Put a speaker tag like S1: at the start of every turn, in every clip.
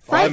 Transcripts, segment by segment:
S1: Five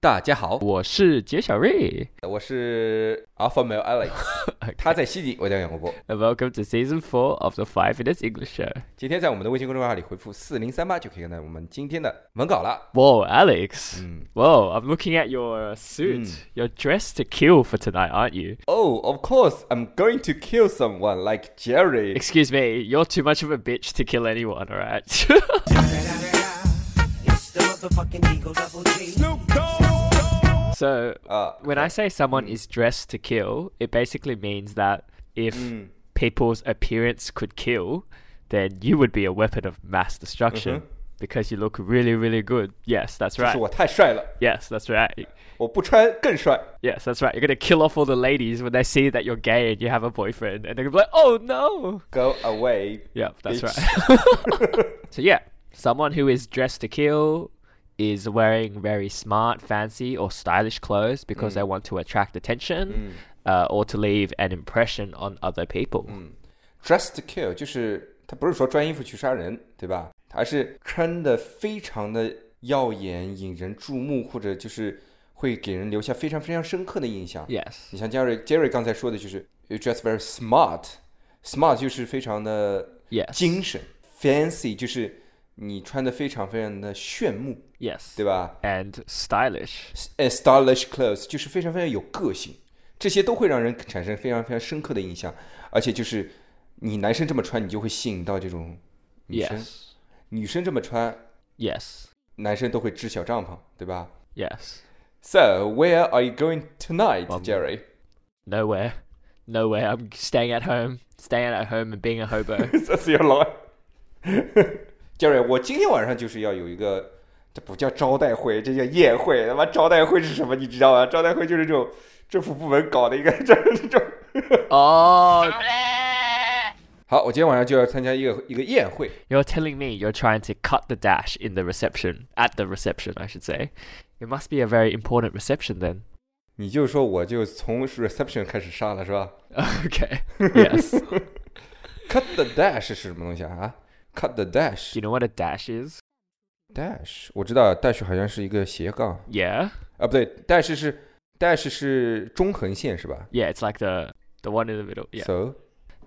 S2: 大家好，
S3: 我是杰小瑞。
S2: 我是 Alpha Male Alex，他在悉尼，我在杨国波。
S3: And welcome to season four of the Five Minutes English Show.
S2: 今天在我们的微信公众号里回复四零三八就可以看到我们今天的文稿了。
S3: Whoa, Alex.
S2: 嗯
S3: Whoa, I'm looking at your suit.
S2: Mm.
S3: You're dressed to kill for tonight, aren't you?
S2: ，Oh, of course, I'm going to kill someone like Jerry.
S3: Excuse me, you're too much of a bitch to kill anyone, alright? so,
S2: 啊
S3: when I say someone is dressed to kill, it basically means that if people's appearance could kill, then you would be a weapon of mass destruction because you look really, really good. Yes, that's
S2: 是
S3: right.
S2: 我太帅了，
S3: Yes, that's right.
S2: 我不穿更帅。
S3: Yes, that's right. You're gonna kill off all the ladies when they see that you're gay and you have a boyfriend, and they're gonna be like, "Oh no!"
S2: Go away.
S3: Yep, that's
S2: bitch.
S3: right. so yeah, someone who is dressed to kill is wearing very smart, fancy, or stylish clothes because they want to attract attention uh, or to leave an impression on other people.
S2: Dress to kill 就是他不是说穿衣服去杀人，对吧？而是穿的非常的耀眼、引人注目，或者就是会给人留下非常非常深刻的印象。
S3: Yes.
S2: 你像 Jerry Jerry 刚才说的就是 you dress very smart。Smart 就是非常的
S3: Yes.
S2: 精神，fancy 就是你穿的非常非常的炫目，
S3: Yes.
S2: 对吧？
S3: And stylish.
S2: 呃，stylish clothes 就是非常非常有个性，这些都会让人产生非常非常深刻的印象。而且就是你男生这么穿，你就会吸引到这种女生；
S3: Yes.
S2: 女生这么穿，
S3: Yes.
S2: 男生都会支小帐篷，对吧
S3: Yes.
S2: ？So where are you going tonight, Jerry?
S3: Nowhere. Nowhere. I'm staying at home. Staying at home and being a hobo.
S2: That's your line. Jerry，我今天晚上就是要有一个，这不叫招待会，这叫宴会。他妈招待会是什么？你知道吗？招待会就是这种政府部门搞的一个 这这种。
S3: oh,
S2: 好，我今天晚上就要参加一个一个宴会。
S3: You're telling me you're trying to cut the dash in the reception, at the reception, I should say. It must be a very important reception then.
S2: 你就说我就从 reception 开始杀了是吧
S3: Okay. Yes. Do
S2: ？Cut the dash 是什么东西啊啊？Cut the dash
S3: you know what a dash is?
S2: dash 我知道 dash 好像是一个斜杠
S3: Yeah.
S2: 啊，不对，dash 是 dash 是中横线是吧
S3: Yeah, it's like the the one in the middle. Yeah.
S2: ？So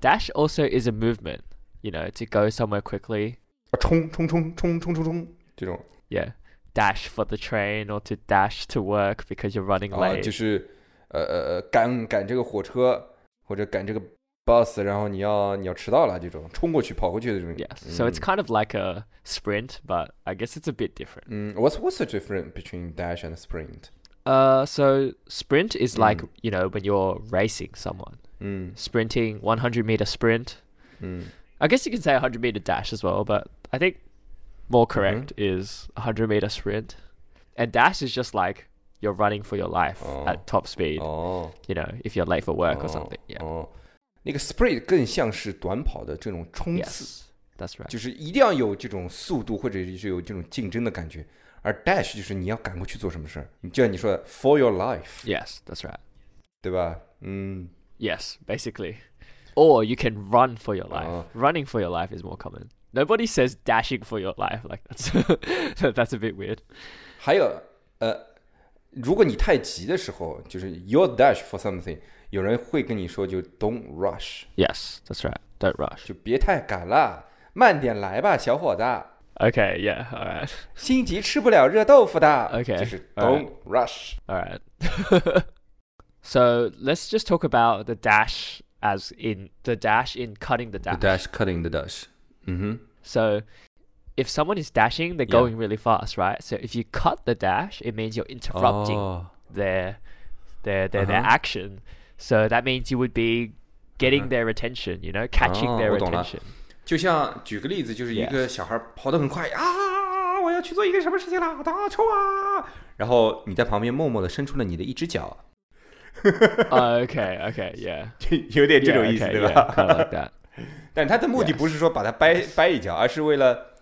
S3: Dash also is a movement, you know, to go somewhere quickly.
S2: 啊，冲冲冲冲冲冲冲这种
S3: Yeah. Dash for the train or to dash to work because you're running
S2: 啊，
S3: late.
S2: 就是呃呃呃赶赶这个火车或者赶这个 bus，然后你要你要迟到了这种冲过去跑过去的这种。嗯
S3: Yes. So it's kind of like a sprint, but I guess it's a bit different.
S2: 嗯，What's what's the difference between dash and sprint？
S3: Uh so sprint is like,
S2: Mm.
S3: you know, when you're racing someone.
S2: 嗯
S3: sprinting, 100 meter sprint.
S2: 嗯
S3: I guess you can say 100 meter dash as well, but I think
S2: Mm-hmm.
S3: more correct is 100 meter sprint. And dash is just like you're running for your life
S2: Oh. Oh.
S3: at top speed,
S2: 哦。
S3: you know, if you're late for work
S2: 哦
S3: or something. Yeah.
S2: 哦，那个 sprint 更像是短跑的这种冲刺
S3: Yes. That's right.
S2: 就是一定要有这种速度，或者是有这种竞争的感觉。而 dash 就是你要赶过去做什么事儿，你就像你说的 for your life，
S3: Yes, that's right.
S2: 对吧？嗯，
S3: Yes, basically. Or you can run for your life.
S2: Oh.
S3: Running for your life is more common. Nobody says dashing for your life. Like that's that's a bit weird.
S2: 还有呃，如果你太急的时候，就是 your dash for something，有人会跟你说就 don't rush，
S3: Yes, that's right. Don't rush.
S2: 就别太赶了，慢点来吧，小伙子，
S3: Okay, yeah, all right.
S2: 心急吃不了热豆腐的。
S3: OK，
S2: 就是
S3: alright
S2: don't rush。
S3: All right. so let's just talk about the dash as in the dash in cutting the dash.
S2: The dash cutting the dash，嗯哼。
S3: So if someone is dashing, they're
S2: Yeah.
S3: going really fast, right? So if you cut the dash, it means you're interrupting
S2: Oh.
S3: their their their, their action. So that means you would be getting their attention, you know, catching
S2: Oh,
S3: their
S2: 我懂了。
S3: attention.
S2: 就像举个例子，就是一
S3: Yes.
S2: 个小孩跑得很快啊，我要去做一个什么事情了，大冲啊！然后你在旁边默默地伸出了你的一只脚，
S3: Oh, okay, okay, yeah.
S2: 有点这
S3: Yeah,
S2: 种意思，
S3: okay,
S2: 对
S3: yeah,
S2: 吧
S3: kind of like that.
S2: 但他的目的不是说把他掰掰一跤，而是为了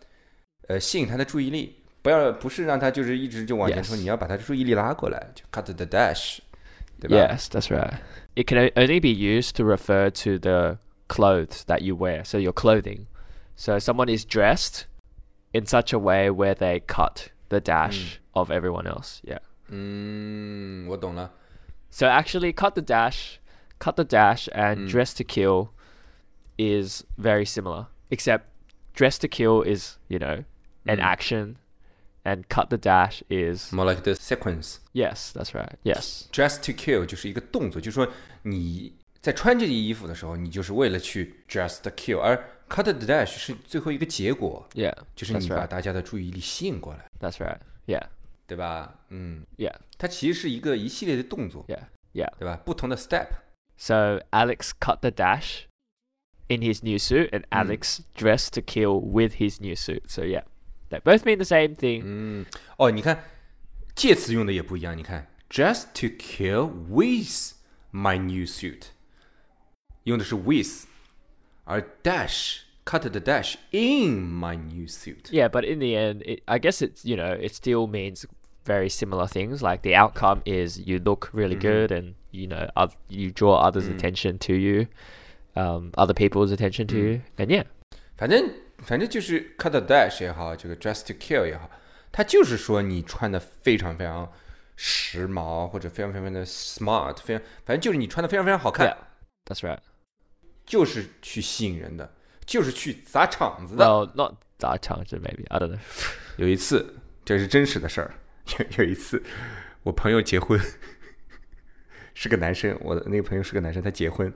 S2: 呃吸引他的注意力，不要不是让他就是一直就往前冲
S3: Yes.
S2: 你要把他的注意力拉过来，就 cut the dash，对吧
S3: Yes, that's right. It can o- only be used to refer to the clothes that you wear, so your clothing. So someone is dressed in such a way where they cut the dash of everyone else. Yeah.
S2: 嗯，我懂了。
S3: So actually, cut the dash, cut the dash, and dress to kill is very similar, except dress to kill is you know an action, and cut the dash is
S2: More like the sequence
S3: yes, that's right. Yes,
S2: dress to kill 就是一个动作，就是说你在穿这件衣服的时候，你就是为了去 dress to kill，而 cut the dash 是最后一个结果，
S3: yeah,
S2: 就是你
S3: that's
S2: 把
S3: right.
S2: 大家的注意力吸引过来，
S3: That's right. Yeah,
S2: 对吧？嗯，
S3: yeah,
S2: 它其实是一个一系列的动作，
S3: yeah, yeah.
S2: 对吧？不同的 step。
S3: So Alex cut the dash in his new suit, and Alex dressed to kill with his new suit. So yeah, they both mean the same thing.
S2: 哦，你看介词用的也不一样。你看，just to kill with my new suit，用的是 with，而 dash cut the dash in my new suit。
S3: Yeah, but in the end, it, I guess it's you know it still means very similar things. Like the outcome is you look really good, and you know oth- you draw others' attention to you, um, other people's attention to you, and yeah,
S2: 反正反正就是 cut the dash 也好，这个 dress to kill 也好，它就是说你穿的非常非常时髦，或者非常非常的 smart，非常反正就是你穿的非常非常好看
S3: yeah, that's right.
S2: 就是去吸引人的，就是去砸场子的。
S3: Well, not that challenging, maybe I don't know.
S2: 有一次，这是真实的事儿。 有有一次，我朋友结婚， 是个男生，我的那个朋友是个男生，他结婚，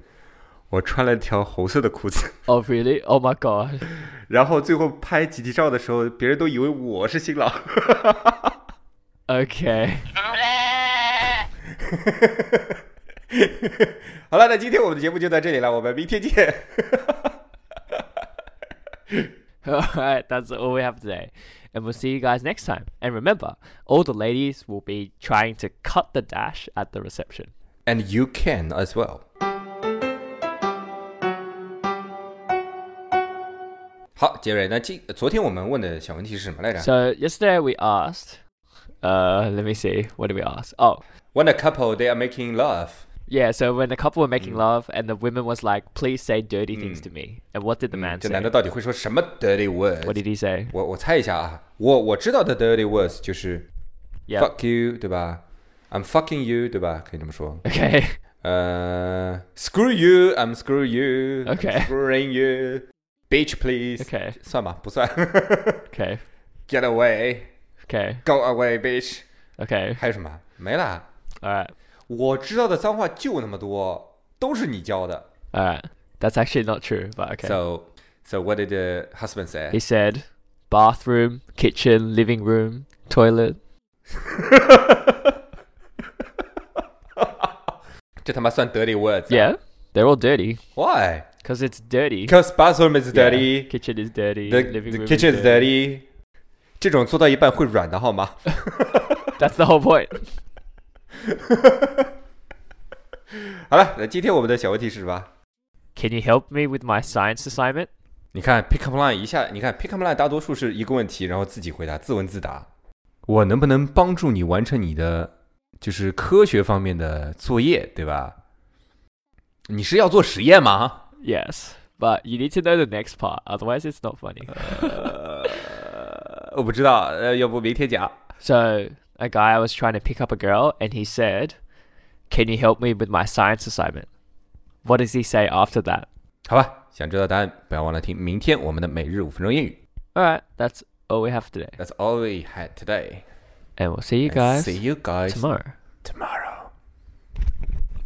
S2: 我穿了一条红色的裤子，
S3: oh really? Oh my god!
S2: 然后最后拍集体照的时候，别人都以为我是新郎。
S3: Okay.
S2: 好了，那今天我们的节目就到这里了，我们明天见。
S3: All right, that's all we have today. And we'll see you guys next time. And remember, all the ladies will be trying to cut the dash at the reception.
S2: And you can as well。好，杰瑞，那今昨天我们问的小问题是什么来着
S3: So, yesterday we asked, uh, let me see, what did we ask? Oh,
S2: When a couple they are making love。
S3: yeah, so when the couple were
S2: Mm.
S3: making love and the woman was like, please say dirty things to me. And what did the man
S2: 这
S3: say?
S2: 男的到底会说什么 dirty
S3: What
S2: words？
S3: did he say?
S2: 我我猜一下啊，我我知道的 dirty words 就是
S3: Yeah.
S2: fuck you，对吧？I'm fucking you，对吧？可以这么说。
S3: Okay.
S2: 呃，screw you，I'm screw you，I'm
S3: Okay.
S2: screwing you，bitch please，
S3: Okay.
S2: 算吧，不算。
S3: Okay.
S2: Get away，go
S3: Okay.
S2: away，bitch。
S3: Okay.
S2: 还有什么？没啦。
S3: All right.
S2: 我知道的脏话就那么多，都是你教的。
S3: All right. That's actually not true, but okay.
S2: So so what did the husband say？
S3: he said, bathroom, kitchen, living room, toilet.
S2: 这他妈算 dirty words？啊
S3: Yeah. They're all dirty.
S2: Why?
S3: Because it's dirty.
S2: Because bathroom is
S3: Yeah,
S2: dirty.
S3: Kitchen is dirty.
S2: The,
S3: living
S2: the
S3: room
S2: kitchen is dirty. 这种做到一半会软的好 吗？
S3: That's the whole point.
S2: 好了，那今天我们的小问题是什么？
S3: Can you help me with my science assignment?
S2: 你看 pick up line 一下，你看 pick up line 大多数是一个问题，然后自己回答，自问自答。我能不能帮助你完成你的就是科学方面的作业，对吧？你是要做实验吗？
S3: Yes. But you need to know the next part, otherwise it's not funny.
S2: Uh. 我不知道，呃，要不明天讲。
S3: So a guy was trying to pick up a girl and he said, Can you help me with my science assignment? What does he say after that?
S2: 好吧，想知道答案，不要忘了听明天我们的每日五分钟英语。
S3: Alright, that's all we have today.
S2: That's all we had today.
S3: And we'll see you guys
S2: see you guys
S3: tomorrow.
S2: tomorrow.